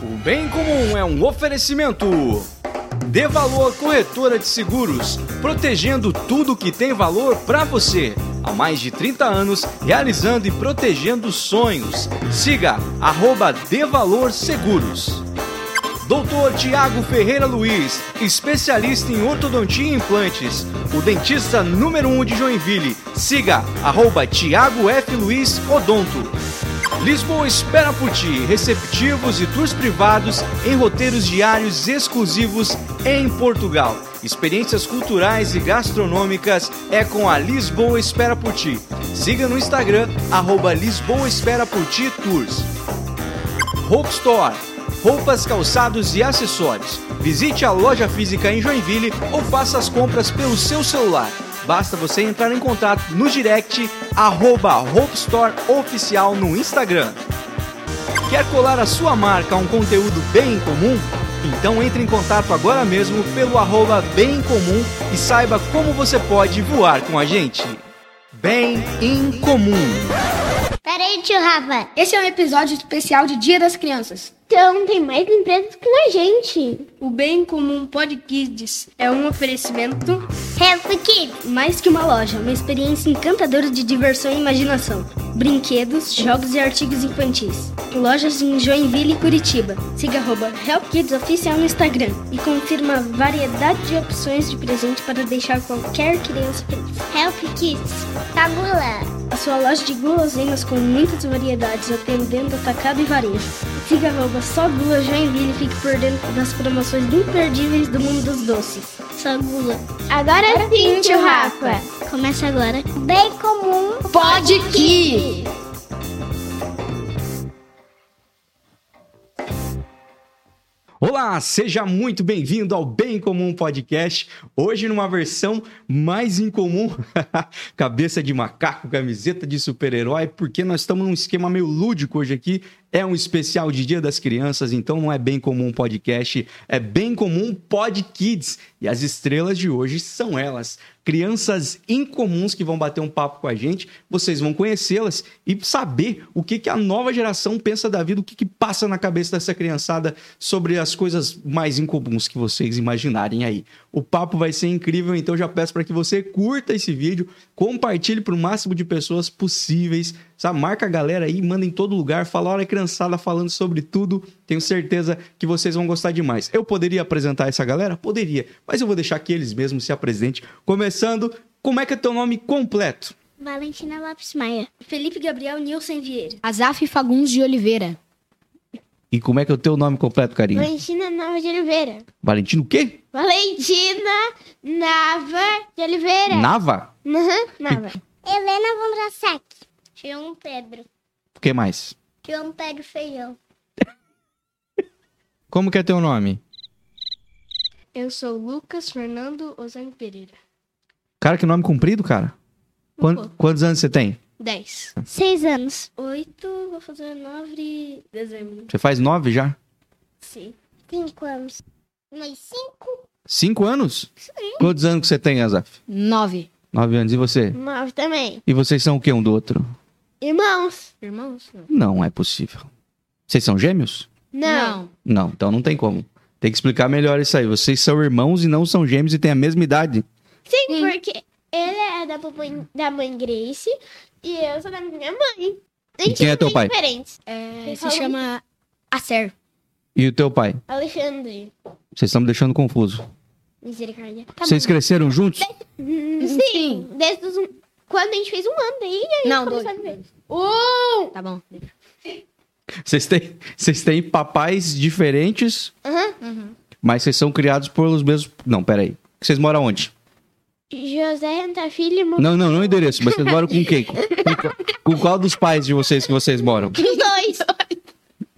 O Bem Comum é um oferecimento. Dê valor corretora de seguros, protegendo tudo que tem valor para você. Há mais de 30 anos, realizando e protegendo sonhos. Siga arroba Dê Valor Seguros. Doutor Tiago Ferreira Luiz, especialista em ortodontia e implantes. O dentista número 1 um de Joinville. Siga arroba Tiago F. Luiz Odonto. Lisboa espera por ti, receptivos e tours privados em roteiros diários exclusivos em Portugal. Experiências culturais e gastronômicas é com a Lisboa Espera por ti. Siga no Instagram, arroba Lisboa Espera por ti Tours. Hope Store. Roupas, calçados e acessórios. Visite a loja física em Joinville ou faça as compras pelo seu celular. Basta você entrar em contato no direct arroba Hope Store Oficial no Instagram. Quer colar a sua marca a um conteúdo bem em comum? Então entre em contato agora mesmo pelo arroba bem em comum e saiba como você pode voar com a gente. Bem em comum. Peraí, tio Rafa. Esse é um episódio especial de Dia das Crianças. Então tem mais empresas que a gente. O Bem Comum Pod Kids é um oferecimento Help Kids. mais que uma loja, uma experiência encantadora de diversão e imaginação. Brinquedos, jogos e artigos infantis. Lojas em Joinville e Curitiba. Siga arroba Help Kids Oficial no Instagram e confirma a variedade de opções de presente para deixar qualquer criança feliz. Help Kids. Tá Fabula. A sua loja de guloseimas com muitas variedades, atendendo atacado e varejo. Siga arroba só Gula Joinville e fique por dentro das promoções imperdíveis do mundo dos doces. Só gula. Agora, sim, tio Rafa. Começa agora. Bem comum. Pode que! Olá, seja muito bem-vindo ao Bem Comum Podcast. Hoje numa versão mais incomum, cabeça de macaco, camiseta de super-herói, porque nós estamos num esquema meio lúdico hoje aqui. É um especial de Dia das Crianças, então não é Bem Comum Podcast, é Bem Comum Pod Kids. E as estrelas de hoje são elas, crianças incomuns que vão bater um papo com a gente. Vocês vão conhecê-las e saber o que, que a nova geração pensa da vida, o que, que passa na cabeça dessa criançada sobre as coisas mais incomuns que vocês imaginarem aí. O papo vai ser incrível, então já peço para que você curta esse vídeo, compartilhe para o máximo de pessoas possíveis, sabe? Marca a galera aí, manda em todo lugar, fala, olha a criançada falando sobre tudo. Tenho certeza que vocês vão gostar demais. Eu poderia apresentar essa galera? Poderia, mas eu vou deixar que eles mesmos se apresentem. Começando, como é que é teu nome completo? Valentina Lopes Maia. Felipe Gabriel Nilson Vieira. Azaf Fagundes de Oliveira. E como é que é o teu nome completo, carinho? Valentina Nava de Oliveira. Valentino o quê? Valentina Nava de Oliveira. Uhum, Nava? Aham, Nava. Helena Vondrasek. João Pedro. O que mais? João Pedro Feijão. Como que é teu nome? Eu sou Lucas Fernando Ozan Pereira. Cara, que nome comprido, cara? Quan- pouco. quantos anos você tem? 10. Seis anos. 8, vou fazer 9 de dezembro. Você faz nove já? Sim. Cinco anos. Mais cinco. Cinco anos? Quantos anos que você tem, Azaf? Nove. Nove anos. E você? Nove também. E vocês são o que um do outro? Irmãos. Irmãos? Não. Não é possível. Vocês são gêmeos? Não. Não, então não tem como. Tem que explicar melhor isso aí. Vocês são irmãos e não são gêmeos e têm a mesma idade. Sim, Hum. porque ele é da, papai- da mãe Grace e eu sou da minha mãe. A gente quem é não teu tem pai? Diferentes. É, se um- chama Acer. E o teu pai? Alexandre. Vocês estão me deixando confuso. Misericórdia. Vocês cresceram juntos? Sim. Desde os um- quando a gente fez um ano daí, a gente Não, começou dois. a viver. Uh! Tá bom. Vocês têm, vocês têm papais diferentes, Aham. mas vocês são criados pelos mesmos. Não, peraí. Vocês moram onde? José Renta Filho e Mo- Não, não, não endereço, mas vocês moram com quem? Com, com qual dos pais de vocês que vocês moram? Os dois.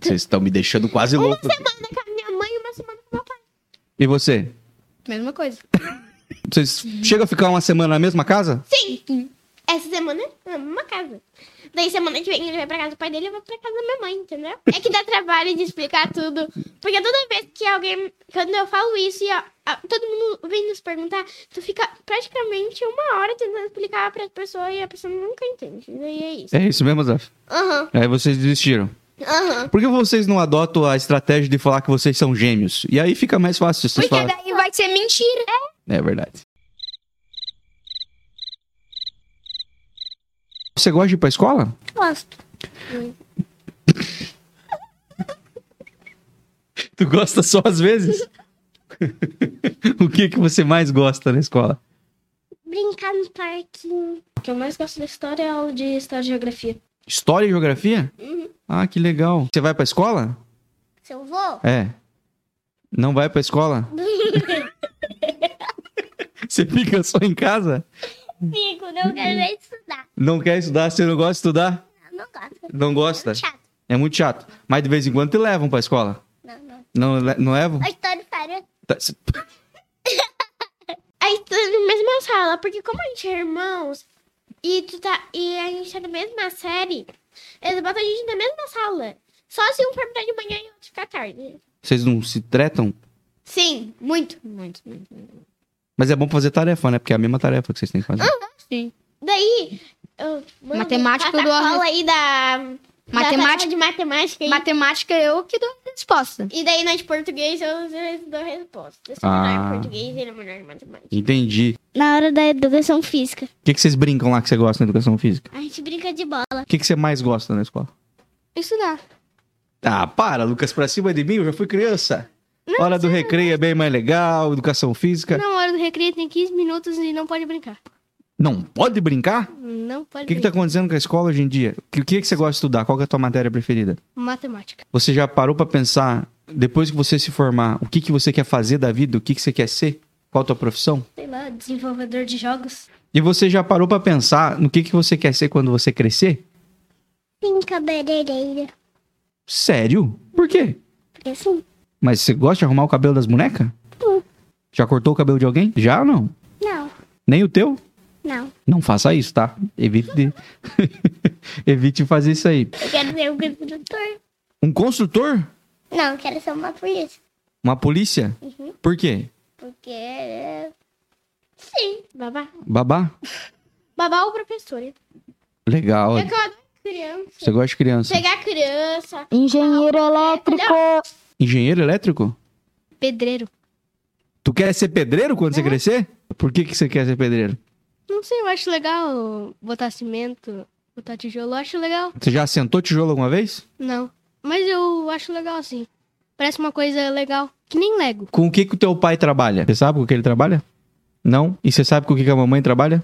Vocês estão me deixando quase louco. Manda com a minha mãe e uma semana com o papai. E você? Mesma coisa. Vocês chegam a ficar uma semana na mesma casa? Sim. Essa semana, é uma casa. Daí semana que vem ele vai pra casa do pai dele e eu vou pra casa da minha mãe, entendeu? É que dá trabalho de explicar tudo. Porque toda vez que alguém. Quando eu falo isso e ó, ó, todo mundo vem nos perguntar, tu fica praticamente uma hora tentando explicar pra pessoa e a pessoa nunca entende. Daí é isso. É isso mesmo, Zaf? Aham. Aí vocês desistiram. Aham. Por que vocês não adotam a estratégia de falar que vocês são gêmeos? E aí fica mais fácil vocês Porque falarem. daí vai ser mentira. É verdade. Você gosta de ir pra escola? Gosto. Tu gosta só às vezes? o que que você mais gosta na escola? Brincar no parquinho. O que eu mais gosto da história é a aula de história e geografia. História e geografia? Ah, que legal. Você vai pra escola? Se eu vou? É. Não vai pra escola? Você fica só em casa? Fico, não quero nem estudar. Não quer estudar? Você não gosta de estudar? Não, não gosto. Não gosta? Chato. É muito chato. Mas de vez em quando te levam pra escola. Não, não. Não, le- não levam? A história para. Tá, cê- A história na mesma sala, porque como a gente é irmãos e, tu tá, e a gente tá na mesma série, eles botam a gente na mesma sala. Só se um for pra de manhã e o outro ficar tarde. Vocês não se tretam? Sim, muito. Muito, muito. Mas é bom fazer tarefa, né? Porque é a mesma tarefa que vocês têm que fazer. Sim. Daí. eu- mano, Matemática eu dou a- a aula aí da. Da tarefa Matemática, de matemática. aí. matemática eu que dou a resposta. E daí na de português eu eu dou a resposta. Eu sou Ah. melhor em português e ele é melhor em matemática. Entendi. Na hora da educação física, O que, que vocês brincam lá que você gosta na educação física? a gente brinca de bola. O que, que você mais gosta na escola? Estudar. Ah, para, Lucas, pra cima de mim, eu já fui criança. Hora do recreio é bem mais legal, educação física. Na hora do recreio tem 15 minutos e não pode brincar. Não, pode brincar? Não pode O que, que tá brincar. acontecendo com a escola hoje em dia? O que, o que que você gosta de estudar? Qual que é a tua matéria preferida? Matemática. Você já parou pra pensar, depois que você se formar, o que, que você quer fazer da vida? O que, que você quer ser? Qual a tua profissão? Sei lá, desenvolvedor de jogos. E você já parou pra pensar no que, que você quer ser quando você crescer? Sim, cabeleireira. Sério? Por quê? Porque assim, sim. Mas você gosta de arrumar o cabelo das bonecas? Hum. Já cortou o cabelo de alguém? Já ou não? Não, Nem o teu? não. Não faça isso, tá? Evite de... Evite fazer isso aí. Eu quero ser um construtor. Um construtor? Não, eu quero ser uma polícia. Uma polícia? Uhum. Por quê? Porque. é, Sim, babá. Babá? Babá ou professora. Legal. É que eu adoro criança. Você gosta de criança. Chegar criança. Engenheiro elétrico. Engenheiro elétrico? Pedreiro. Tu quer ser pedreiro quando Uhum. você crescer? Por que, que você quer ser pedreiro? Não sei, eu acho legal botar cimento, botar tijolo. Eu acho legal. Você já sentou tijolo alguma vez? Não. Mas eu acho legal assim. Parece uma coisa legal. Que nem Lego. Com o que, que o teu pai trabalha? Você sabe com o que ele trabalha? Não? E você sabe com o que, que a mamãe trabalha?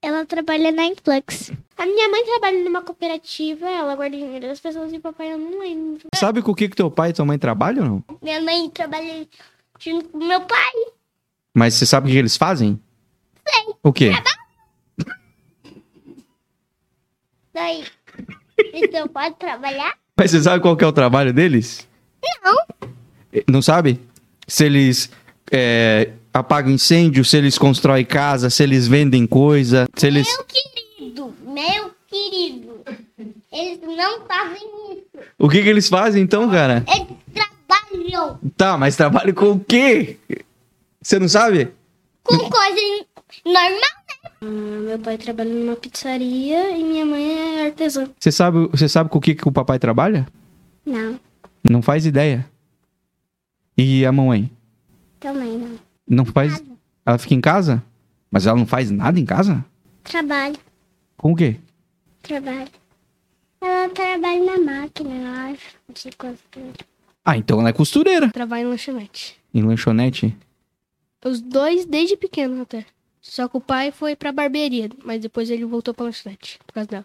Ela trabalha na Influx. A minha mãe trabalha numa cooperativa, ela guarda o dinheiro das pessoas e papai eu não lembro. Sabe com o que, que teu pai e tua mãe trabalham ou não? Minha mãe trabalha junto com meu pai. Mas você sabe o que que eles fazem? Sei. O É quê? Daí. Então pode trabalhar? Mas você sabe qual que é o trabalho deles? Não. Não sabe? Se eles é, apagam incêndio, se eles constroem casa, se eles vendem coisa, se eles... Querido, meu querido. Eles não fazem isso. O que que eles fazem então, cara? Eles trabalham Tá, mas trabalho com o quê? Você não sabe? com coisa normal. Ah, meu pai trabalha numa pizzaria e minha mãe é artesã. Você sabe, você sabe com o que que o papai trabalha? Não, Não faz ideia. E a mamãe? também não. Não faz... Ela fica em casa? Mas ela não faz nada em casa? Trabalho, Com o quê? trabalho. Ela trabalha na máquina, eu acho, de costura. Ah, então ela é costureira. Trabalho em lanchonete. Em lanchonete. Os dois desde pequeno até. Só que o pai foi pra barbearia, mas depois ele voltou pra lanchonete por causa dela.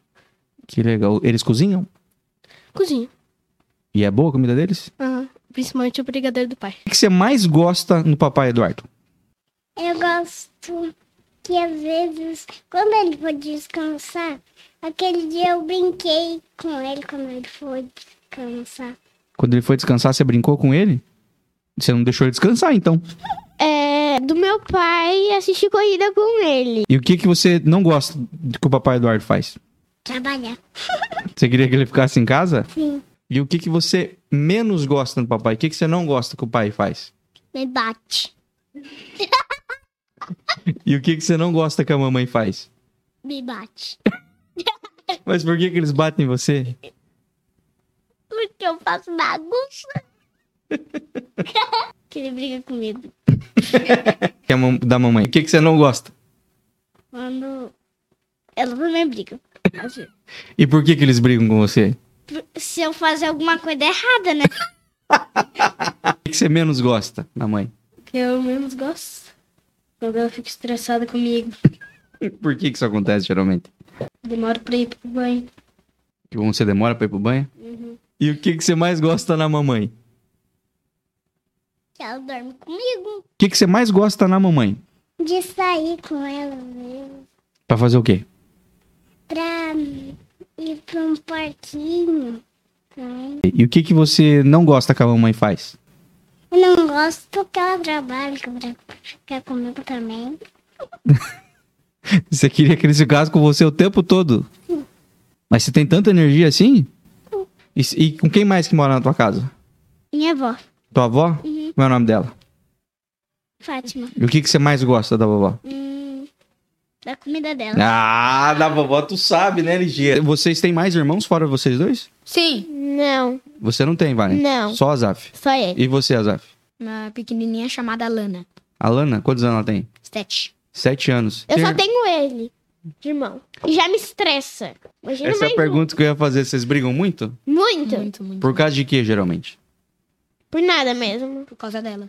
Que legal. Eles cozinham? Cozinha. E é boa a comida deles? Aham. Principalmente o brigadeiro do pai. O que você mais gosta no papai Eduardo? Eu gosto que às vezes, quando ele foi descansar, aquele dia eu brinquei com ele quando ele foi descansar. Quando ele foi descansar, você brincou com ele? Você não deixou ele descansar, então. É, do meu pai assistir corrida com ele. E o que, que você não gosta de que o papai Eduardo faz? Trabalhar. Você queria que ele ficasse em casa? Sim. E o que, que você menos gosta do papai? O que, que você não gosta que o pai faz? Me bate. E o que, que você não gosta que a mamãe faz? Me bate. Mas por que, que eles batem em você? porque eu faço bagunça. que ele briga comigo. Que é mam- da mamãe. O que, que você não gosta? Quando. Ela também briga. assim, E por que, que eles brigam com você? Se eu fazer alguma coisa errada, né? O que, que você menos gosta da mãe? que eu menos gosto. Quando ela fica estressada comigo, Por que, que isso acontece geralmente? demoro pra ir pro banho. Que um você demora pra ir pro banho? Uhum. E o que, que você mais gosta na mamãe? Que ela dorme comigo. O que, que você mais gosta na mamãe? De sair com ela mesmo. Pra fazer o quê? Pra ir pra um parquinho. E o que, que você não gosta que a mamãe faz? Eu não gosto porque ela trabalha, pra ficar comigo também. Você queria que eles ficassem com você o tempo todo? Mas você tem tanta energia assim? E, e com quem mais que mora na tua casa? Minha avó, Tua avó? Como é o nome dela? Fátima. E o que, que você mais gosta da vovó? Hum, da comida dela. Ah, da vovó tu sabe, né, Ligia? Vocês têm mais irmãos fora vocês dois? Sim. Não, Você não tem, Valen? Não. Só a Zaf. só ele. E você, Azaf? Uma pequenininha chamada Lana. A Lana, quantos anos ela tem? Sete. Sete anos. Eu Tem- só tenho ele, de irmão. E já me estressa. Imagina Essa é mais a pergunta que eu ia fazer. Vocês brigam muito? um. Muito. Muito, muito. Por causa de quê, geralmente? Por nada mesmo. Por causa dela.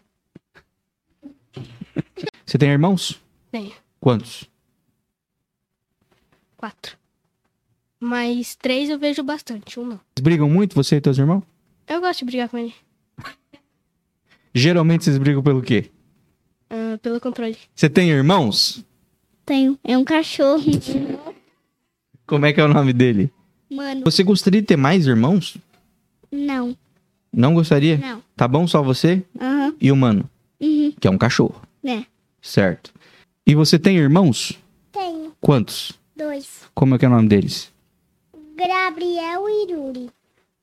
Você tem irmãos? Tenho. Quantos? Quatro. Mas três eu vejo bastante, um não. Vocês brigam muito, você e teus irmãos? Eu gosto de brigar com ele, Geralmente vocês brigam pelo quê? ah, pelo controle. Você tem irmãos? Tenho. É um cachorro. Como é que é o nome dele? Mano. Você gostaria de ter mais irmãos? Não. Não gostaria? Não. Tá bom só você e o mano? Que é um cachorro. É. Certo. E você tem irmãos? Tenho Quantos? dois. Como é que é o nome deles? Gabriel e Yuri.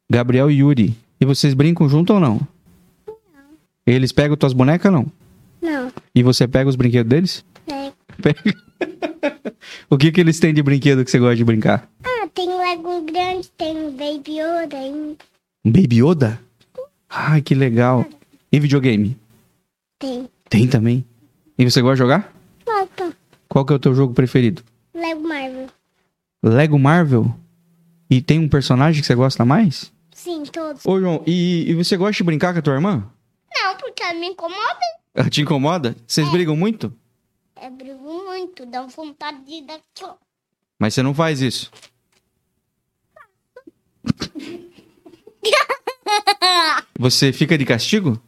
Gabriel e Yuri. E vocês brincam junto ou não? Não. Eles pegam tuas bonecas ou não? Não. né? E você pega os brinquedos deles? Pego. Pega. o que que eles têm de brinquedo que você gosta de brincar? Ah, tem Lego grande, tem um Baby Yoda e Um Baby Yoda? Ai, Ah, que legal. E videogame? tem Tem também. E você gosta de jogar? Falta. Qual que é o teu jogo preferido? Lego Marvel. Lego Marvel? E tem um personagem que você gosta mais? Sim, todos. Ô, João, e, e você gosta de brincar com a tua irmã? Não, porque ela me incomoda. Ela te incomoda? Vocês brigam muito? Eu brigo muito, dá vontade de dar aqui, ó. Mas você não faz isso. Você fica de castigo?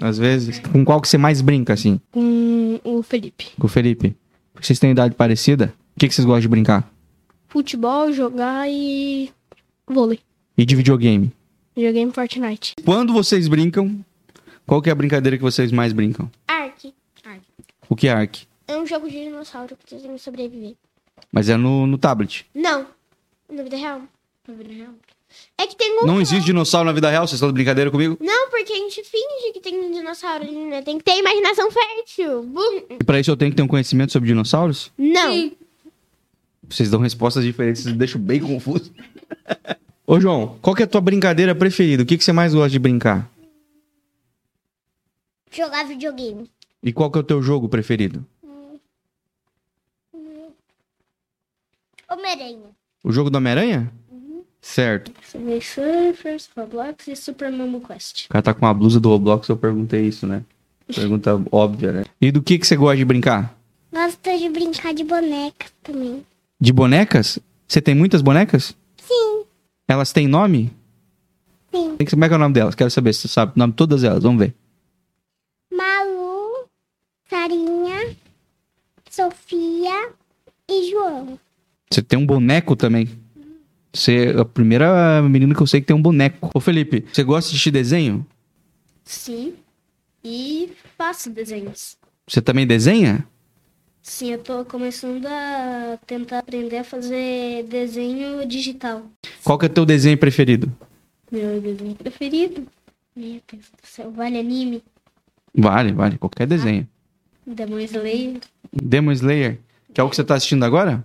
Às vezes. Com qual que você mais brinca, assim? Com o Felipe. Com o Felipe? Porque vocês têm idade parecida? O que, que vocês gostam de brincar? Futebol, jogar e. vôlei. E de videogame? Joguei em Fortnite. Quando vocês brincam, qual que é a brincadeira que vocês mais brincam? Ark. O que é Ark? É um jogo de dinossauro que você tem que sobreviver. Mas é no, no tablet. Não. Na vida real. Na vida real. É que tem um. Não existe dinossauro na vida real, vocês estão de brincadeira comigo? Não, porque a gente finge que tem um dinossauro, né? Tem que ter imaginação fértil. Bum. E pra isso eu tenho que ter um conhecimento sobre dinossauros? Não. Vocês dão respostas diferentes, vocês me deixam bem confuso. Ô, João, qual que é a tua brincadeira preferida? O que, que você mais gosta de brincar? Jogar videogame. E qual que é o teu jogo preferido? Homem-Aranha. O jogo do Homem-Aranha? Certo. Subway Surfers, Roblox e Super Mambo Quest. O cara tá com uma blusa do Roblox, eu perguntei isso, né? Pergunta óbvia, né? E do que, que você gosta de brincar? Gosto de brincar de boneca também. De bonecas? Você tem muitas bonecas? Sim. Elas têm nome? Sim. Tem que- Como é que é o nome delas? Quero saber se tu sabe o nome de todas elas. Vamos ver. Malu, Sarinha, Sofia e João. Você tem um boneco também. Você é a primeira menina que eu sei que tem um boneco. Ô, Felipe, você gosta de assistir desenho? Sim. E faço desenhos. Você também desenha? Sim, eu tô começando a tentar aprender a fazer desenho digital. Qual que é o teu desenho preferido? Meu desenho preferido. Meu Deus do céu, vale anime, Vale, vale. Qualquer desenho. Demon Slayer. Demon Slayer, que é o que você tá assistindo agora?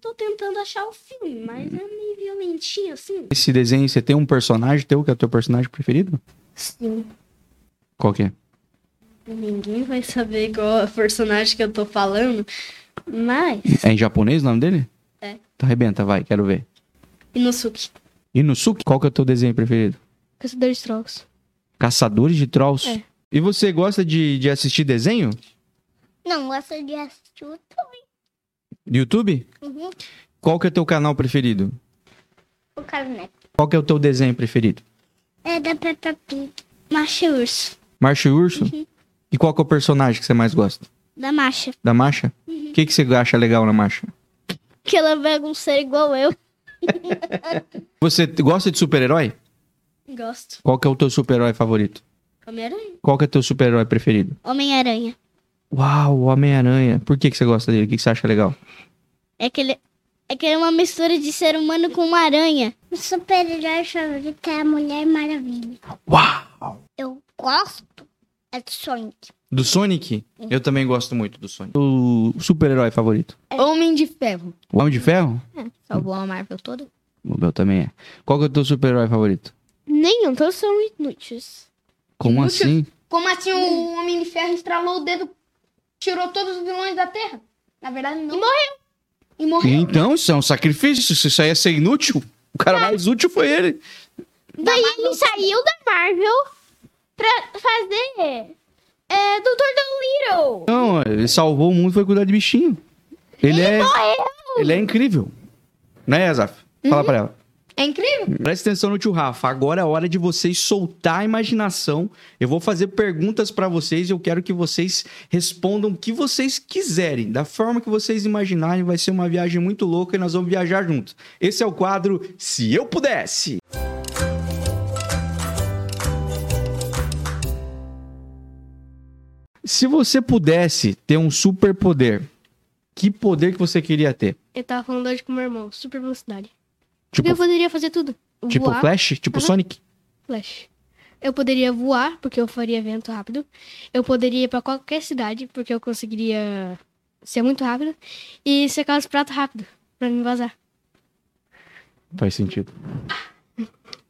Tô tentando achar o filme, mas é meio violentinho assim. Esse desenho, você tem um personagem teu que é o teu personagem preferido? Sim. Qual que é? Ninguém vai saber igual a personagem que eu tô falando, mas. É em japonês o nome dele? É. Tá arrebenta, vai, quero ver. Inosuke. Inosuke, qual que é o teu desenho preferido? Caçador de Trolls. Caçadores de Trolls? É. E você gosta de, de assistir desenho? Não, gosto de assistir o Toy. No YouTube? Uhum. Qual que é o teu canal preferido? O Carneco. Qual que é o teu desenho preferido? É da Peppa Pig. Macha e Urso. Marcha e Urso? E qual que é o personagem que você mais gosta? Da marcha. Da Marcha? O que, que você acha legal na Marcha? Que ela é bagunceira igual eu. Você t- gosta de super-herói? Gosto. Qual que é o teu super-herói favorito? Homem-Aranha. Qual que é o teu super-herói preferido? Homem-Aranha. Uau, Homem-Aranha. Por que, que você gosta dele? O que, que você acha legal? É que ele... É que ele é uma mistura de ser humano com uma aranha. O super-herói favorito é a Mulher Maravilha. Uau! Eu gosto é de Sonic. Do Sonic? Eu também gosto muito do Sonic. O super-herói favorito? Homem de ferro. O Homem de Ferro? Salvou a Marvel toda. O meu também é. Qual que é o teu super-herói favorito? Nenhum, então todos são inúteis. Como assim? Como assim o Homem de Ferro estralou o dedo, tirou todos os vilões da Terra? Na verdade, não. E morreu. E morreu. Então, isso é um sacrifício. Se isso aí é ser inútil, o cara mais útil foi ele. Daí ele saiu da Marvel pra fazer é, Dr. Dolittle. Não, ele salvou o mundo e foi cuidar de bichinho. Ele, é. Ele é incrível. Né, Azaf? Fala pra ela. É incrível. Presta atenção no tio Rafa. Agora é hora de vocês soltar a imaginação. Eu vou fazer perguntas pra vocês e eu quero que vocês respondam o que vocês quiserem, da forma que vocês imaginarem. Vai ser uma viagem muito louca e nós vamos viajar juntos. Esse é o quadro Se Eu Pudesse. Se você pudesse ter um superpoder, que poder que você queria ter? Eu tava falando hoje com meu irmão, super velocidade. Tipo, Eu poderia fazer tudo. tipo voar, Flash? Tipo Aham. Sonic? Flash. Eu poderia voar, porque eu faria vento rápido. Eu poderia ir pra qualquer cidade, porque eu conseguiria ser muito rápido. E secar os pratos rápido, pra me vazar. Faz sentido.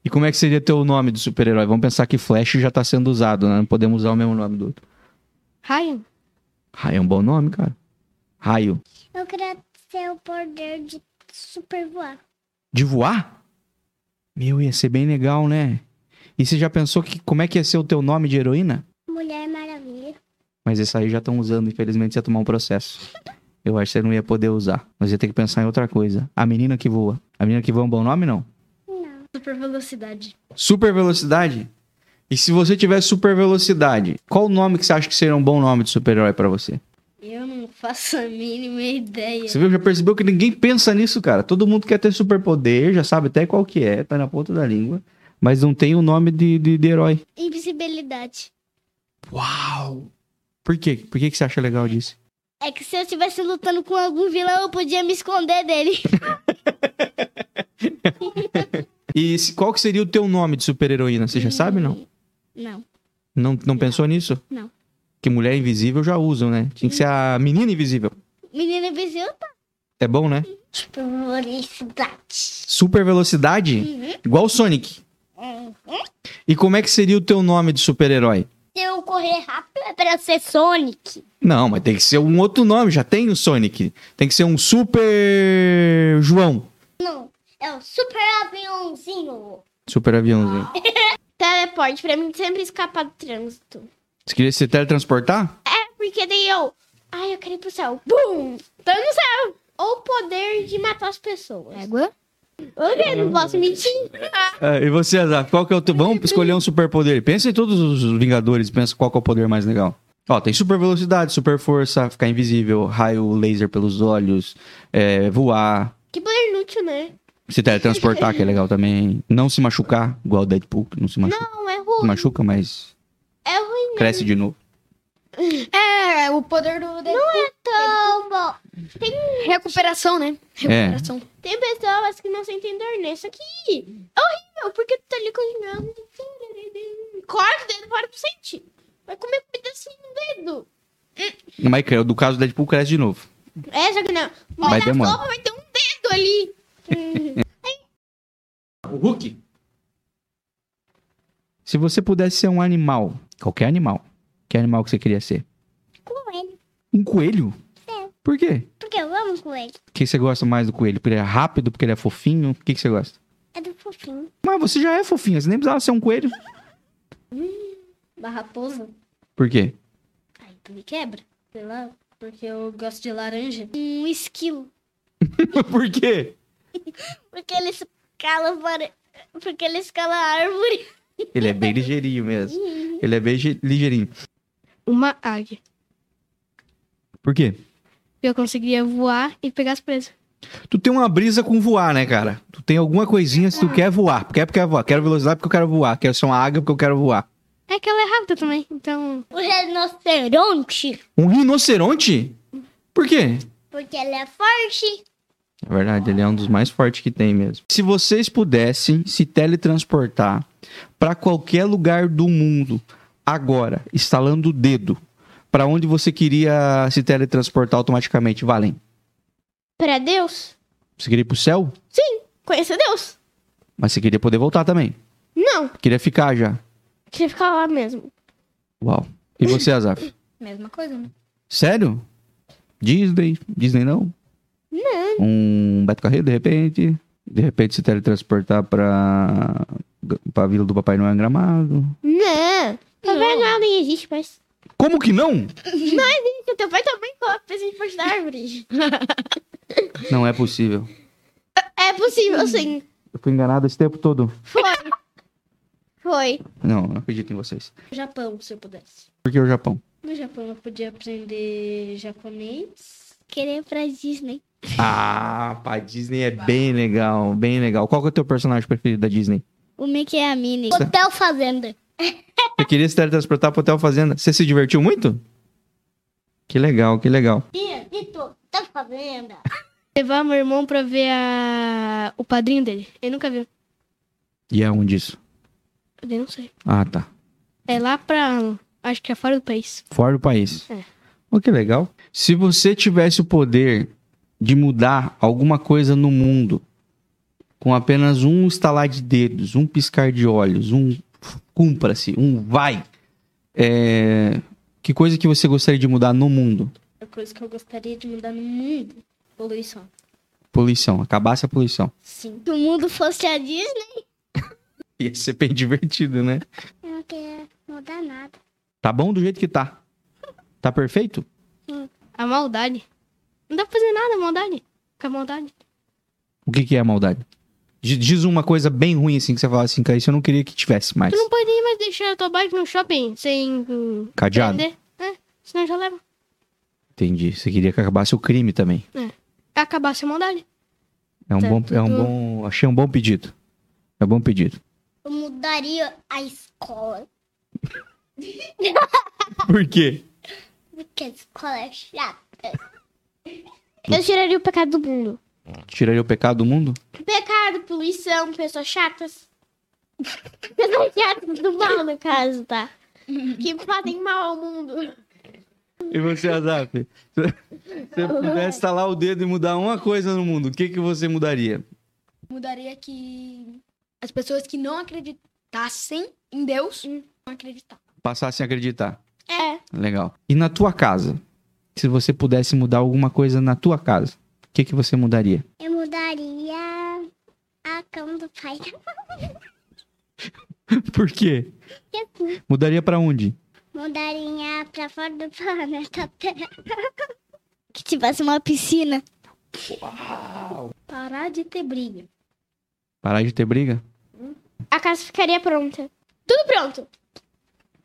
E como é que seria teu nome do super-herói? Vamos pensar que Flash já tá sendo usado, né? Não podemos usar o mesmo nome do outro. Ryan, Raio é um bom nome, cara. Raio. Eu queria ter o poder de super voar. De voar? Meu, ia ser bem legal, né? E você já pensou que como é que ia ser o teu nome de heroína? Mulher Maravilha. Mas esse aí já estão usando, infelizmente você ia tomar um processo. Eu acho que você não ia poder usar. Mas ia ter que pensar em outra coisa. A menina que voa. A menina que voa é um bom nome, não? Super velocidade. Super velocidade? E se você tiver super velocidade, qual o nome que você acha que seria um bom nome de super-herói pra você? Eu não faço a mínima ideia. Você viu, já percebeu que ninguém pensa nisso, cara. Todo mundo quer ter superpoder, já sabe até qual que é, tá na ponta da língua, mas não tem o nome de, de, de herói. Invisibilidade. Uau! Por quê? Por que, que você acha legal disso? É que se eu estivesse lutando com algum vilão, eu podia me esconder dele. E se- qual que seria o teu nome de super-heroína? Você já sabe, não? Hum, Não. Não, não pensou nisso? Não. Que mulher invisível já usam, né? Tinha que ser a menina invisível. Menina invisível, É bom, né? super Tipo, velocidade. Super velocidade? Uhum. Igual o Sonic. E como é que seria o teu nome de super-herói? Se eu correr rápido, é pra ser Sonic. Não, mas tem que ser um outro nome, já tem o Sonic. Tem que ser um Super João. É o super aviãozinho. Super aviãozinho. Teleporte, pra mim sempre escapar do trânsito. É, Você queria se teletransportar? Porque daí eu. Ai, eu quero ir pro céu. Bum! Tô no céu! Ou o poder de matar as pessoas. Égua. Eu não posso mentir. É, e você, Azar, qual que é o teu... Vamos escolher um superpoder. Pensa em todos os Vingadores, pensa qual que é o poder mais legal. Ó, tem super velocidade, super força, ficar invisível, raio laser pelos olhos, é, voar, Que poder inútil, né? se teletransportar, que é legal também. Não se machucar, igual o Deadpool, que não se machuca. Não, é Se ruim. machuca, mas É ruim. cresce de novo. É, o poder do dedo. Então, bom. Recuperação, né? É, Recuperação. Tem pessoas que não sentem dor, né? Isso aqui é horrível, porque tu tá ali cozinhando. Corta o dedo fora pra sentir. Vai comer comida assim no dedo. mas do caso do Deadpool cresce de novo. É, só que não. Mas Vai dar demora. sopa, vai ter um dedo. gato ali. O Hulk. Se você pudesse ser um animal, qualquer animal, que animal que você queria ser? Coelho. Um coelho? É. Por quê? Porque eu amo coelho. O que você gosta mais do coelho? Porque ele é rápido, porque ele é fofinho? O que, que você gosta? É do fofinho. Mas você já é fofinha, você nem precisava ser um coelho. Da raposa? Por quê? Aí tu me quebra. Sei lá, porque eu gosto de laranja. Um esquilo. Por quê? Porque eles calam para... Porque eles calam a árvore. Ele é bem ligeirinho mesmo. Ele é bem ge- ligeirinho. Uma águia. Por quê? Eu conseguiria voar e pegar as presas. Tu tem uma brisa com voar, né, cara? Tu tem alguma coisinha se tu quer voar. Porque é porque eu quero voar. Quero velocidade porque eu quero voar. Quero ser uma águia porque eu quero voar. É que ela é rápida também, então. O rinoceronte. Um rinoceronte? Por quê? Porque ele é forte. É verdade, ele é um dos mais fortes que tem mesmo. Se vocês pudessem se teletransportar pra qualquer lugar do mundo, agora, estalando o dedo, pra onde você queria se teletransportar automaticamente, Valem? Pra Deus? Você queria ir pro céu, Conheça Deus? mas você queria poder voltar também. Não. Queria ficar já. Queria ficar lá mesmo. Uau. E você, Azaf? Mesma coisa, né? Sério? Disney? Disney não? Não. Um Beto Carreiro, de repente. De repente se teletransportar pra, pra Vila do Papai Noel em Gramado. Não. Papai Noel nem existe, mas... Como que não? Porque teu pai também come presente debaixo da árvore. Não é possível. É possível, sim. Eu fui enganado esse tempo todo. Foi. Não, não acredito em vocês. Japão, se eu pudesse. Por que o Japão? No Japão eu podia aprender japonês. Querer pra Disney. Ah, pá, Disney é bem legal, bem legal. Qual que é o teu personagem preferido da Disney? O Mickey é a Minnie. Hotel Fazenda. Eu queria se teletransportar pro Hotel Fazenda. Você se divertiu muito? Que legal, que legal. Vitor, Hotel Fazenda. Levar meu irmão pra ver a... o padrinho dele. Ele nunca viu. E é onde isso? Eu não sei. Ah, tá. É lá pra. Acho que é fora do país. Fora do país. É. Oh, que legal. Se você tivesse o poder de mudar alguma coisa no mundo com apenas um estalar de dedos, um piscar de olhos, um cumpra-se, um vai, é, que coisa que você gostaria de mudar no mundo? A coisa que eu gostaria de mudar no mundo. Poluição. Poluição, acabasse a poluição. Sim. Se o mundo fosse a Disney. Ia ser bem divertido, né? Eu não queria mudar nada. Tá bom do jeito que tá. Tá perfeito? A maldade. Não dá pra fazer nada, a maldade. Com a maldade. O que, que é a maldade? D- Diz uma coisa bem ruim assim que você fala assim, cara, isso eu não queria que tivesse mais. Tu não pode nem mais deixar a tua bike no shopping sem hum, Cadeado. prender. É, senão já leva. Entendi. Você queria que acabasse o crime também. Acabar sem maldade. É um Tá bom, é um tudo- bom, achei um bom pedido. É um bom pedido. Eu mudaria a escola. Por quê? Porque a escola é chata. Eu tiraria o pecado do mundo. Tiraria o pecado do mundo? Pecado, poluição, pessoas chatas. Pessoas chatas do mal, no caso, tá? Que fazem mal ao mundo. E você, Azaf? Se você pudesse estalar o dedo e mudar uma coisa no mundo, o que, que você mudaria? Mudaria que as pessoas que não acreditassem em Deus Hum. não acreditavam. Passar sem acreditar. É. Legal. E na tua casa? Se você pudesse mudar alguma coisa na tua casa, o que, que você mudaria? Eu mudaria a cama do pai. Por quê? Mudaria pra onde? Mudaria pra fora do planeta Terra. Que tivesse uma piscina. Parar de ter briga. Parar de ter briga? A casa ficaria pronta. Tudo pronto.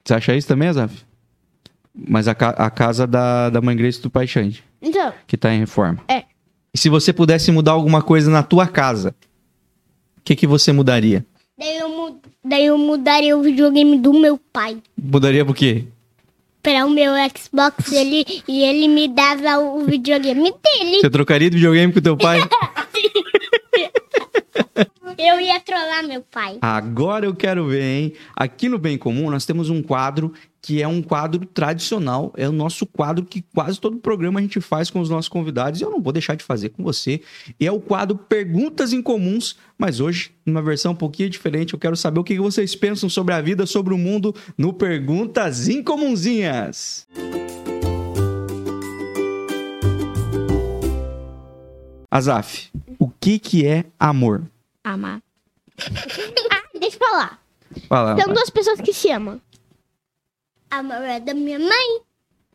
Você acha isso também, Azaf? Mas a, ca- a casa da, da mãe Grace e do pai Xande. Então, que tá em reforma. É. E se você pudesse mudar alguma coisa na tua casa, o que que você mudaria? Daí eu, mu- daí eu mudaria o videogame do meu pai Mudaria por quê? pra o meu Xbox ele, e ele me dava o videogame dele. Você trocaria de videogame com teu pai? Eu ia trollar meu pai. Agora eu quero ver, hein? Aqui no Bem Comum nós temos um quadro que é um quadro tradicional, é o nosso quadro que quase todo programa a gente faz com os nossos convidados e eu não vou deixar de fazer com você. E é o quadro Perguntas Incomuns, mas hoje, numa versão um pouquinho diferente, eu quero saber o que vocês pensam sobre a vida, sobre o mundo no Perguntas Incomunzinhas. Azaf, o que que é amor? Amar. ah, deixa eu falar. Fala. Então, São duas pessoas que se amam. Amor é da minha mãe.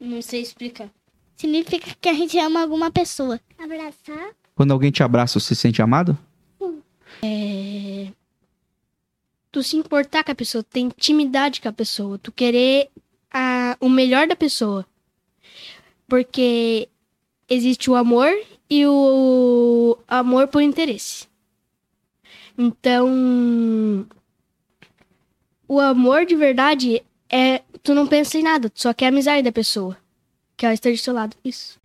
Não sei explicar. Significa que a gente ama alguma pessoa. Abraçar. Quando alguém te abraça, você se sente amado? tu se importar com a pessoa, tu ter intimidade com a pessoa, tu querer a- o melhor da pessoa. Porque existe o amor e o amor por interesse. Então, o amor de verdade é tu não pensa em nada, tu só quer a amizade da pessoa, que ela esteja do seu lado. Isso.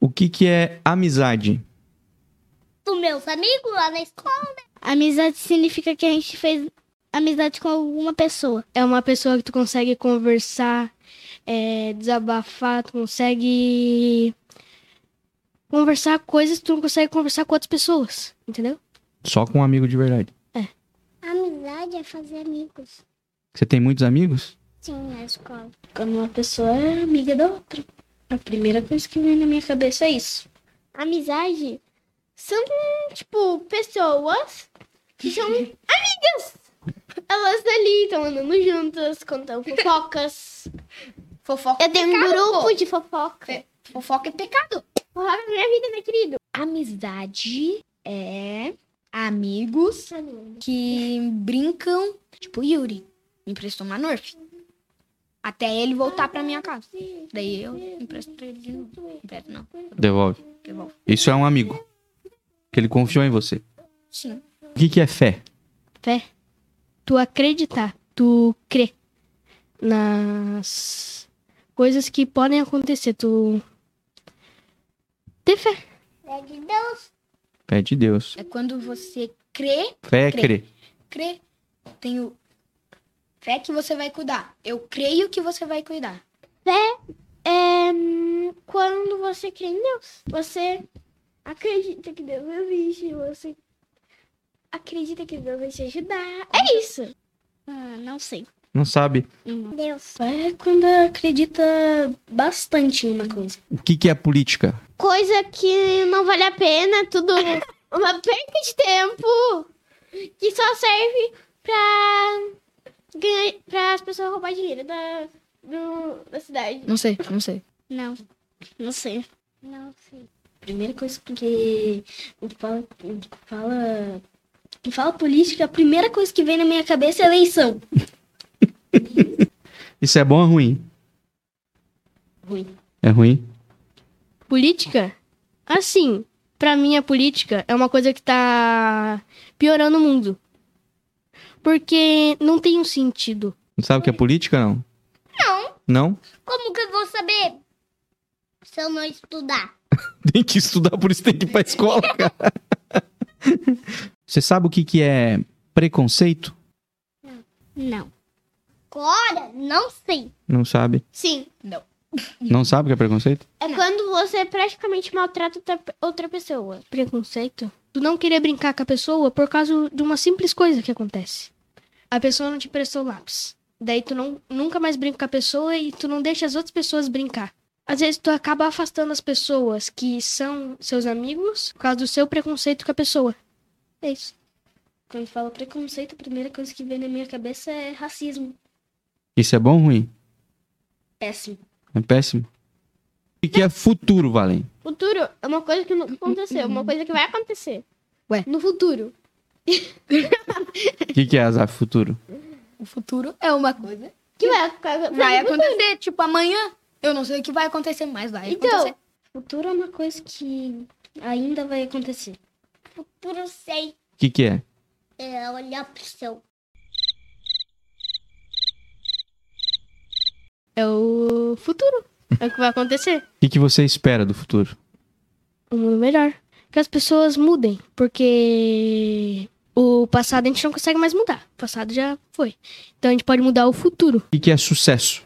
O que que é amizade? Dos meus amigos lá na escola. Amizade significa que a gente fez amizade com alguma pessoa. é uma pessoa que tu consegue conversar, é, desabafar, tu consegue conversar coisas que tu não consegue conversar com outras pessoas, entendeu? Só com um amigo de verdade. Amizade é fazer amigos. Você tem muitos amigos? Sim, na escola. Quando uma pessoa é amiga da outra. A primeira coisa que vem na minha cabeça é isso. Amizade são, tipo, pessoas que são amigas. Elas ali estão andando juntas, contam É fofocas. Fofoca Eu tenho um pecado, grupo pô. de fofoca. Fofoca é pecado. Fofoca na minha vida, né, querido? Amizade é amigos que brincam, tipo Yuri, me emprestou uma Nerf. Até ele voltar pra minha casa. Daí eu empresto pra ele de novo. Empresto não, Devolve. devolvo. Isso é um amigo. Que ele confiou em você. Sim. O que que é fé? Fé. Tu acreditar, tu crer nas coisas que podem acontecer, tu ter fé. É de Deus. Fé de Deus. É quando você crê, Fé é crer. crê. Tenho fé que você vai cuidar. Eu creio que você vai cuidar. É hum, quando você crê em Deus. Você acredita que Deus existe, você acredita que Deus vai te ajudar. É isso. Ah, não sei. Não sabe Deus. É quando acredita bastante em uma coisa. o que que é política? coisa que não vale a pena, tudo uma perca de tempo que só serve pra, ganhar, pra as pessoas roubar dinheiro da, do- da cidade. Não sei, não sei. Não. Não sei. Não sei. Primeira coisa que o fala, o fala, o fala política, a primeira coisa que vem na minha cabeça é eleição. Isso é bom ou ruim? Ruim. É ruim? Política? Assim, pra mim a política é uma coisa que tá piorando o mundo. Porque não tem um sentido. Não sabe o que é política, não? Não. Não? Como que eu vou saber? Se eu não estudar. Tem que estudar, por isso tem que ir pra escola, cara. Você sabe o que que é preconceito? Não. Agora, não sei. Não sabe. Sim, Não sabe o que é preconceito? é quando você praticamente maltrata outra, outra pessoa. Preconceito? Tu não querer brincar com a pessoa por causa de uma simples coisa que acontece. A pessoa não te prestou lápis. Daí tu não, nunca mais brinca com a pessoa e tu não deixa as outras pessoas brincar. Às vezes tu acaba afastando as pessoas que são seus amigos por causa do seu preconceito com a pessoa. É isso. Quando fala preconceito, a primeira coisa que vem na minha cabeça é racismo. Isso é bom ou ruim? Péssimo. É péssimo. O que que é futuro, Valen? Futuro é uma coisa que não aconteceu, é uma coisa que vai acontecer. Ué. No futuro. O que que é azar futuro? O futuro é uma coisa. Que vai, vai, Vai acontecer, tipo, amanhã. Eu não sei o que vai acontecer, mas vai Então, acontecer. Futuro é uma coisa que ainda vai acontecer. Futuro sei. O que que é? É olhar pro seu. É o futuro. É o que vai acontecer. O que que você espera do futuro? Um mundo melhor. que as pessoas mudem, porque o passado a gente não consegue mais mudar. O passado já foi. Então a gente pode mudar o futuro. O que que é sucesso?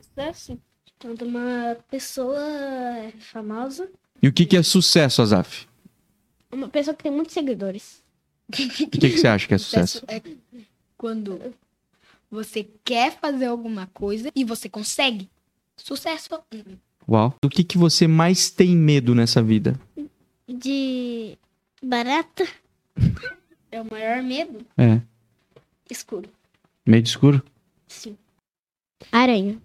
Sucesso? É assim. Quando uma pessoa é famosa. E o que que é sucesso, Azaf? Uma pessoa que tem muitos seguidores. O que que você acha que é sucesso? É quando você quer fazer alguma coisa e você consegue. Sucesso. Uau. Do que que você mais tem medo nessa vida? De barata. É o maior medo? É. Escuro. Meio escuro? Sim. Aranha.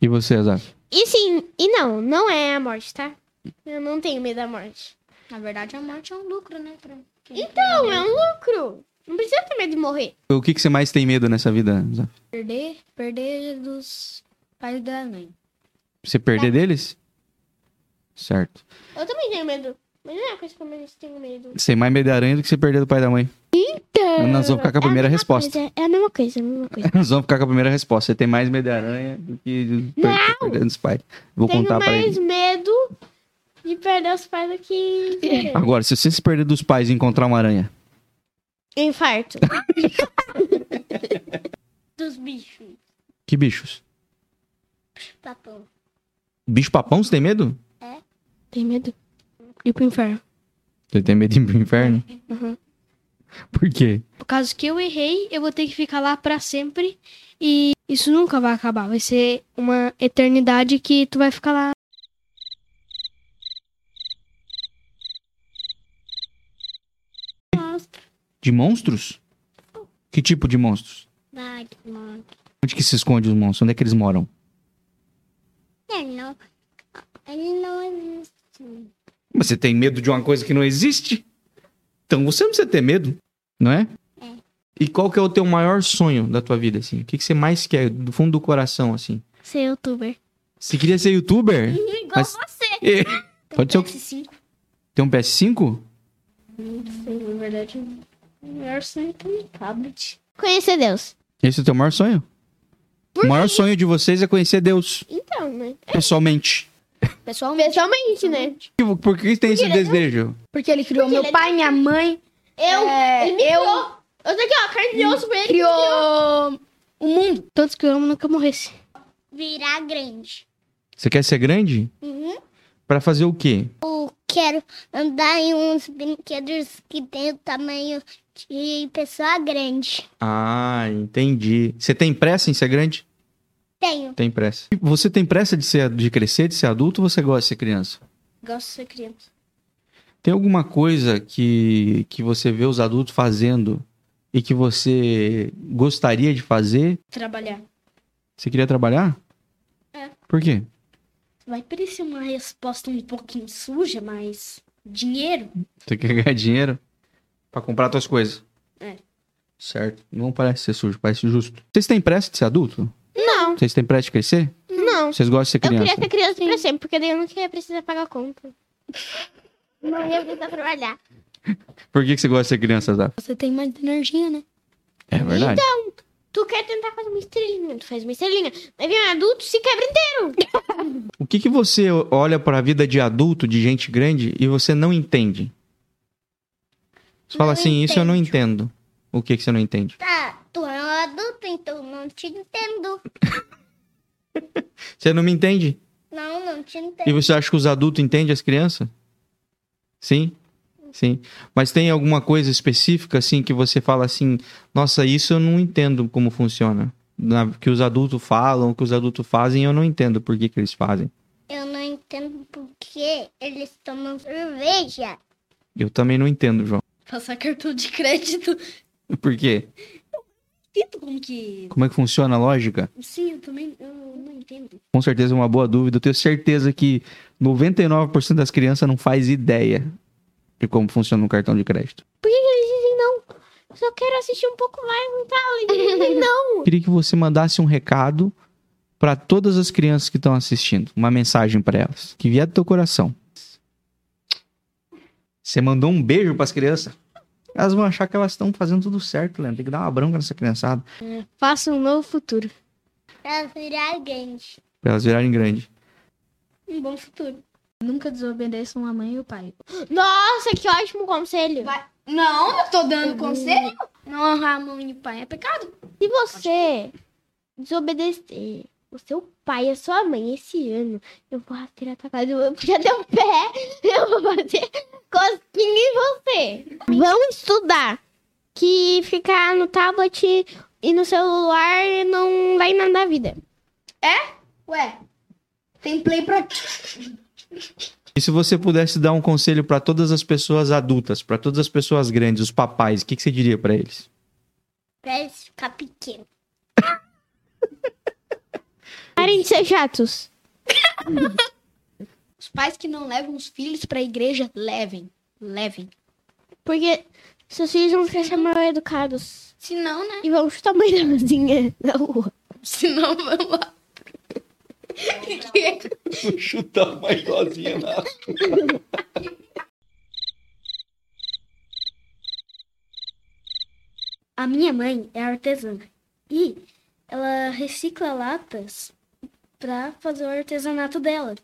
E você, Azaf? E sim, e não, não é a morte, tá? Eu não tenho medo da morte. Na verdade, a morte é um lucro, né? Pra... Não, é um lucro. Não precisa ter medo de morrer. O que que você mais tem medo nessa vida, Azaf? Perder, perder dos pais da mãe. Você perder deles? Certo. Eu também tenho medo. Mas não é a coisa que eu menos tenho medo. Você tem mais medo da aranha do que você perder do pai e da mãe. Então... Nós vamos ficar com a primeira resposta. é a mesma coisa, a mesma coisa. Nós vamos ficar com a primeira resposta. Você tem mais medo de aranha do que de per- perdendo os pais. Vou tenho contar pra mais ele. medo de perder os pais do que. Agora, se você se perder dos pais e encontrar uma aranha, Infarto. Dos bichos. que bichos? Papão. Bicho papão, você tem medo? Tem medo? Ir pro inferno. Você tem medo de ir pro inferno? Uhum. Por quê? Por causa que eu errei, eu vou ter que ficar lá pra sempre. E isso nunca vai acabar. Vai ser uma eternidade que tu vai ficar lá. De monstros? Que tipo de monstros? Vai, mano. Onde que se esconde os monstros? Onde é que eles moram? É, não. Ele é não existe. Mas você tem medo de uma coisa que não existe? Então você não precisa ter medo, não é? E qual que é o teu maior sonho da tua vida, assim? O que, que você mais quer, do fundo do coração, assim? Ser é youtuber. Você queria ser youtuber? Igual Mas- você. É. Pode ser o... Tem um PS5? Na verdade, o maior sonho é um tablet. Conhecer Deus. Esse é o teu maior sonho? o maior sonho de vocês é conhecer Deus, Então, né? pessoalmente. Pessoalmente. Pessoalmente, né? E Por que tem esse desejo? Porque ele criou Porque meu ele é pai, minha mãe. Eu. é, ele me eu Hum, Eu tô aqui, ó, carne de osso pra ele. criou o mundo. Todos que eu amo nunca morresse. Virar grande. Você quer ser grande? Uhum. Pra fazer o quê? Quero andar em uns brinquedos que tem o tamanho de pessoa grande. Ah, entendi. Você tem pressa em ser grande? Tenho. Tem pressa. E Você tem pressa de, ser, de crescer, de ser adulto ou você gosta de ser criança? Gosto de ser criança. Tem alguma coisa que, que você vê os adultos fazendo e que você gostaria de fazer? Trabalhar. Você queria trabalhar? É. Por quê? Vai parecer uma resposta um pouquinho suja, mas dinheiro Você quer ganhar dinheiro pra comprar suas coisas? É. Certo. Não parece ser sujo, parece justo. Vocês têm pressa de ser adulto? Não, Vocês têm pressa de crescer? não. Vocês gostam de ser Eu queria criança? ser criança pra sempre, porque daí eu não ia precisar pagar conta. Não ia precisar trabalhar. Por que, que você gosta de ser criança, Zap? Você tem mais energia, né? É verdade. Então- Tu quer tentar fazer uma estrelinha, tu faz uma estrelinha. Aí vem um adulto, se quebra inteiro. O que, que você olha pra vida de adulto, de gente grande, e você não entende? Você fala assim, isso eu não entendo. O que, que você não entende? Tá, tu é um adulto, então não te entendo. Você não me entende? Não, não te E entendo. você acha que os adultos entendem as crianças? Sim? Sim. Mas tem alguma coisa específica, assim, que você fala assim, nossa, isso eu não entendo como funciona. Na- que os adultos falam, que os adultos fazem, eu não entendo por que, que eles fazem. Eu não entendo porque eles tomam cerveja. Eu também não entendo, João. passar cartão de crédito. Por quê? Sinto como que. Como é que funciona a lógica? Sim, eu também eu não entendo. Com certeza é uma boa dúvida. Eu tenho certeza que 99% das crianças não faz ideia de como funciona um cartão de crédito. Eu só quero assistir um pouco mais, não tá ali. Não. Queria que você mandasse um recado para todas as crianças que estão assistindo, uma mensagem para elas, que vier do teu coração. Você mandou um beijo para as crianças? Elas vão achar que elas estão fazendo tudo certo, Leandro. Tem que dar uma bronca nessa criançada Faça um novo futuro. Pra virar grande. para elas virarem grande. Um bom futuro. Nunca desobedeçam a mãe e o pai. Nossa, que ótimo conselho. Não, eu tô dando conselho. Não honrar a mãe e o pai é pecado. Se você desobedecer o seu pai e a sua mãe esse ano, eu vou ser atacado. Eu já deu um pé. Eu vou fazer cosquinha em você. Vão estudar. Que ficar no tablet e no celular não vai nada da vida. Ué, tem play pra quê? E se você pudesse dar um conselho pra todas as pessoas adultas, pra todas as pessoas grandes, os papais, o que, que você diria pra eles? Pra É eles ficar pequeno. Parem de ser chatos. Os pais que não levam os filhos pra igreja, levem. Levem. Porque seus filhos vão crescer mal educados. Se não, né? E vão chutar a mãe da vizinha na rua. Se não, vamos lá. é Chutar a mãe sozinha na A minha mãe é artesã e ela recicla latas para fazer o artesanato dela.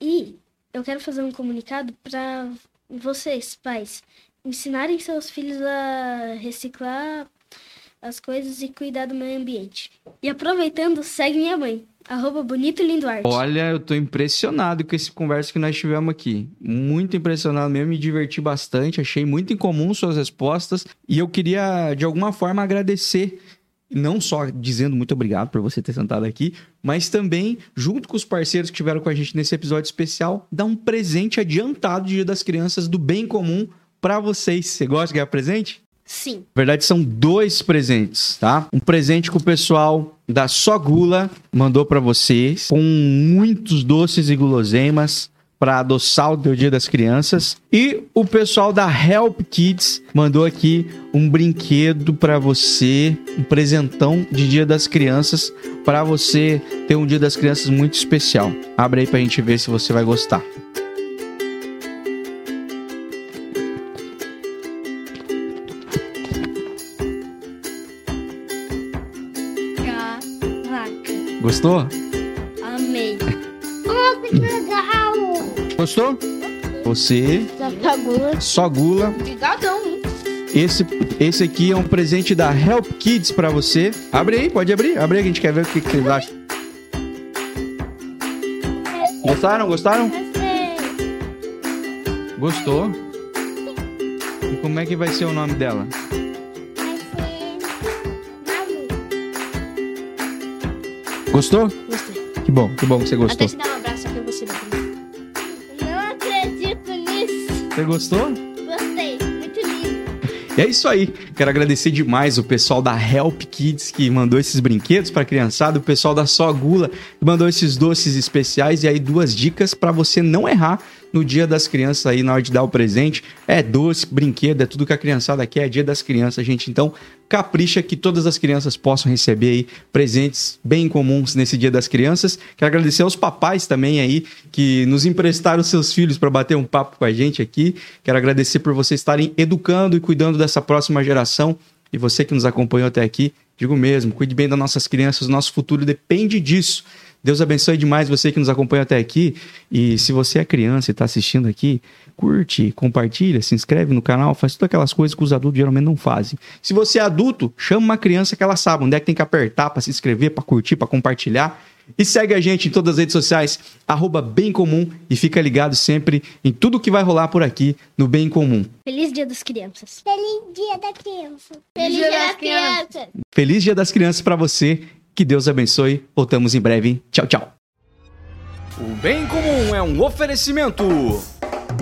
E eu quero fazer um comunicado para vocês, pais, ensinarem seus filhos a reciclar as coisas e cuidar do meio ambiente. E aproveitando, segue minha mãe, arroba bonito e lindo arte. Olha, eu tô impressionado com esse conversa que nós tivemos aqui. Muito impressionado mesmo, me diverti bastante, achei muito incomum suas respostas e eu queria de alguma forma agradecer não só dizendo muito obrigado por você ter sentado aqui, mas também, junto com os parceiros que estiveram com a gente nesse episódio especial, dar um presente adiantado de Dia das Crianças do Bem Comum pra vocês. Você gosta de ganhar presente? Sim. Na verdade, são dois presentes, tá? Um presente que o pessoal da Só Gula mandou pra vocês, com muitos doces e guloseimas pra adoçar o teu Dia das Crianças. E o pessoal da Help Kids mandou aqui um brinquedo pra você, um presentão de Dia das Crianças, pra você ter um Dia das Crianças muito especial. Abre aí pra gente ver se você vai gostar. Caraca, Gostou? amei. Gostou? Você Da Tagula. só gula Obrigadão, hein? Esse, esse aqui é um presente da Help Kids pra você. Abre aí, pode abrir. Abre aí, que a gente quer ver o que, que vocês acham. Gostaram? Gostaram? Gostou? E como é que vai ser o nome dela? Gostou? Gostei. Que bom, que bom que você Até gostou. te dar um abraço aqui, eu vou se dar pra mim. Não acredito nisso. Você gostou? Gostei. Muito lindo. E é isso aí. Quero agradecer demais o pessoal da Help Kids que mandou esses brinquedos pra criançada, o pessoal da Só Gula que mandou esses doces especiais e aí duas dicas pra você não errar no Dia das Crianças aí na hora de dar o presente. É doce, brinquedo, é tudo que a criançada quer, é Dia das Crianças, gente. Então, capricha que todas as crianças possam receber aí presentes bem comuns nesse Dia das Crianças. Quero agradecer aos papais também aí que nos emprestaram seus filhos para bater um papo com a gente aqui. Quero agradecer por vocês estarem educando e cuidando dessa próxima geração. E você que nos acompanhou até aqui, digo mesmo, cuide bem das nossas crianças, o nosso futuro depende disso. Deus abençoe demais você que nos acompanha até aqui. E se você é criança e está assistindo aqui, curte, compartilha, se inscreve no canal, faz todas aquelas coisas que os adultos geralmente não fazem. Se você é adulto, chama uma criança que ela sabe onde é que tem que apertar para se inscrever, para curtir, para compartilhar. E segue a gente em todas as redes sociais, arroba Bem Comum, e fica ligado sempre em tudo que vai rolar por aqui no Bem Comum. Feliz Dia das Crianças. Feliz dia da criança. Feliz Dia das Crianças. Feliz Dia das Crianças para você, que Deus abençoe. Voltamos em breve. Tchau, tchau. O Bem Comum é um oferecimento.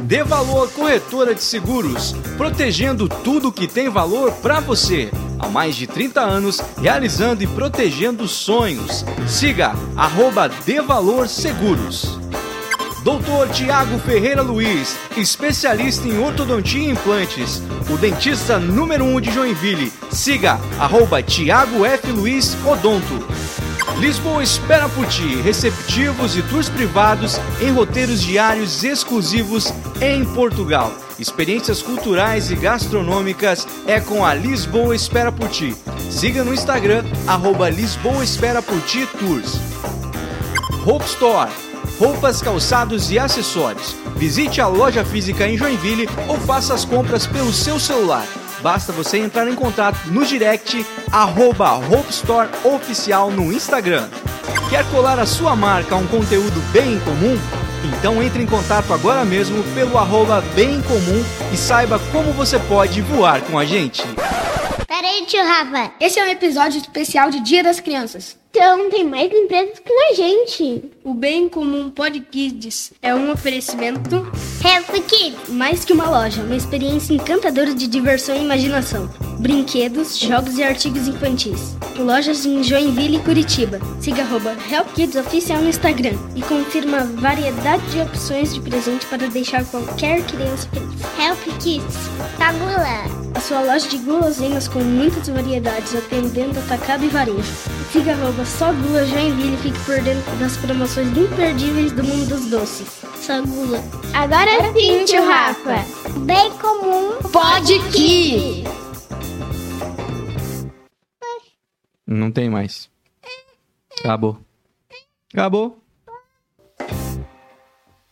Dê Valor Corretora de Seguros, protegendo tudo que tem valor para você. Há mais de 30 anos, realizando e protegendo sonhos. Siga arroba Dê Valor Seguros. Doutor Tiago Ferreira Luiz, especialista em ortodontia e implantes. O dentista número 1 um de Joinville. Siga arroba Tiago F. Luiz Odonto. Lisboa espera por ti, receptivos e tours privados em roteiros diários exclusivos em Portugal. Experiências culturais e gastronômicas é com a Lisboa Espera por Ti. Siga no Instagram, arroba Lisboa Espera por Ti Tours. Hope Store. roupas, calçados e acessórios. Visite a loja física em Joinville ou faça as compras pelo seu celular. Basta você entrar em contato no direct arroba Hope Store Oficial no Instagram. Quer colar a sua marca a um conteúdo bem comum? Então entre em contato agora mesmo pelo arroba bem comum e saiba como você pode voar com a gente. Pera aí, tio Rafa. Esse é um episódio especial de Dia das Crianças. Então, tem mais empresas que a gente. O Bem Comum Pod Kids é um oferecimento Help Kids. Mais que uma loja, uma experiência encantadora de diversão e imaginação. Brinquedos, jogos e artigos infantis. Lojas em Joinville e Curitiba. Siga arroba Help Kids Oficial no Instagram e confira uma variedade de opções de presente para deixar qualquer criança feliz. Help Kids. Tá Fagula. A sua loja de guloseimas com muitas variedades, atendendo atacado e varejo. Siga arroba só Gula Joinville e fique por dentro das promoções imperdíveis do mundo dos doces. Só gula. Agora, sim, tio Rafa. Bem comum. Pode que. Não tem mais. Acabou. Acabou.